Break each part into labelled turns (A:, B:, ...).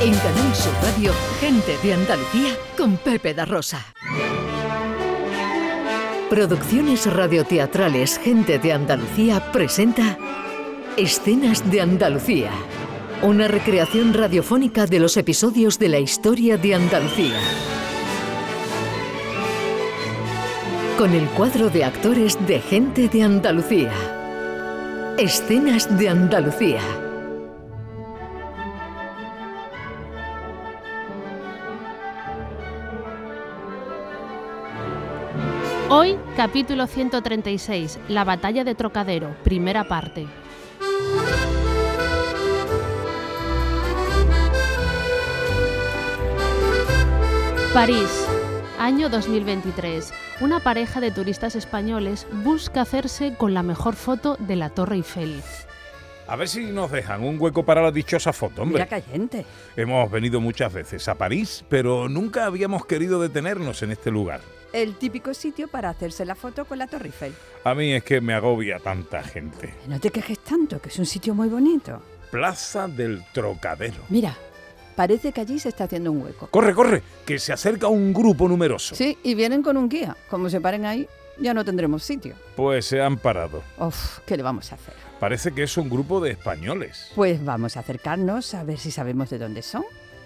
A: En Canal Sur Radio, gente de Andalucía con Pepe da Rosa. Producciones radioteatrales Gente de Andalucía presenta Escenas de Andalucía. Una recreación radiofónica de los episodios de la historia de Andalucía. Con el cuadro de actores de Gente de Andalucía. Escenas de Andalucía.
B: Hoy, capítulo 136, la batalla de Trocadero, primera parte. París, año 2023. Una pareja de turistas españoles busca hacerse con la mejor foto de la Torre Eiffel.
C: A ver si nos dejan un hueco para la dichosa foto, hombre.
D: Mira que hay gente.
C: Hemos venido muchas veces a París, pero nunca habíamos querido detenernos en este lugar.
D: El típico sitio para hacerse la foto con la Torre Eiffel.
C: A mí es que me agobia tanta gente.
D: No te quejes tanto, que es un sitio muy bonito.
C: Plaza del Trocadero.
D: Mira, parece que allí se está haciendo un hueco.
C: Corre, corre, que se acerca un grupo numeroso.
D: Sí, y vienen con un guía. Como se paren ahí, ya no tendremos sitio.
C: Pues se han parado.
D: Uf, ¿qué le vamos a hacer?
C: Parece que es un grupo de españoles.
D: Pues vamos a acercarnos a ver si sabemos de dónde son.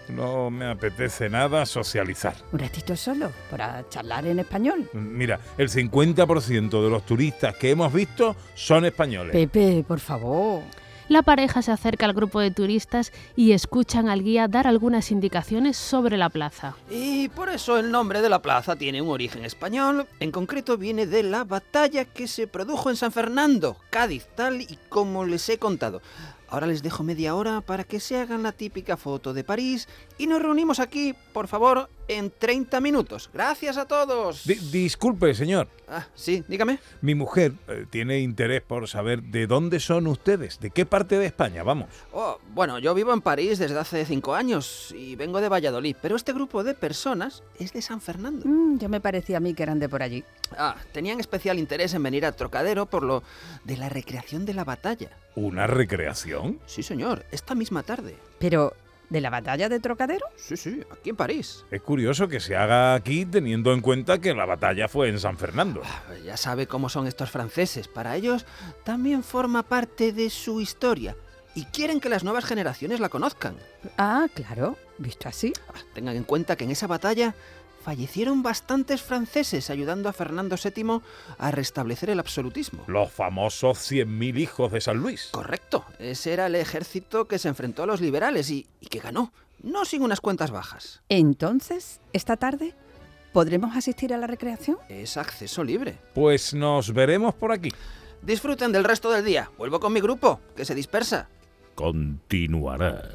C: No me apetece nada socializar.
D: Un ratito solo, para charlar en español.
C: Mira, el 50% de los turistas que hemos visto son españoles.
D: Pepe, por favor.
B: La pareja se acerca al grupo de turistas y escuchan al guía dar algunas indicaciones sobre la plaza.
E: Y por eso el nombre de la plaza tiene un origen español. En concreto viene de la batalla que se produjo en San Fernando, Cádiz, tal y como les he contado. Ahora les dejo media hora para que se hagan la típica foto de París y nos reunimos aquí, por favor, en 30 minutos. Gracias a todos.
C: Di- disculpe, señor.
E: Ah, sí, dígame.
C: Mi mujer eh, tiene interés por saber de dónde son ustedes, de qué parte de España, vamos.
E: Oh, bueno, yo vivo en París desde hace cinco años y vengo de Valladolid, pero este grupo de personas es de San Fernando.
D: Mm, ya me parecía a mí que eran de por allí.
E: Ah, tenían especial interés en venir a Trocadero por lo de la recreación de la batalla.
C: ¿Una recreación?
E: Sí, señor, esta misma tarde.
D: Pero, ¿de la batalla de Trocadero?
E: Sí, sí, aquí en París.
C: Es curioso que se haga aquí teniendo en cuenta que la batalla fue en San Fernando.
E: Ah, Ya sabe cómo son estos franceses. Para ellos también forma parte de su historia. Y quieren que las nuevas generaciones la conozcan.
D: Ah, claro, visto así.
E: Ah, Tengan en cuenta que en esa batalla fallecieron bastantes franceses ayudando a Fernando VII a restablecer el absolutismo.
C: Los famosos 100.000 hijos de San Luis.
E: Correcto, ese era el ejército que se enfrentó a los liberales y, y que ganó, no sin unas cuentas bajas.
D: Entonces, esta tarde, ¿podremos asistir a la recreación?
E: Es acceso libre.
C: Pues nos veremos por aquí.
E: Disfruten del resto del día. Vuelvo con mi grupo, que se dispersa.
F: continuará.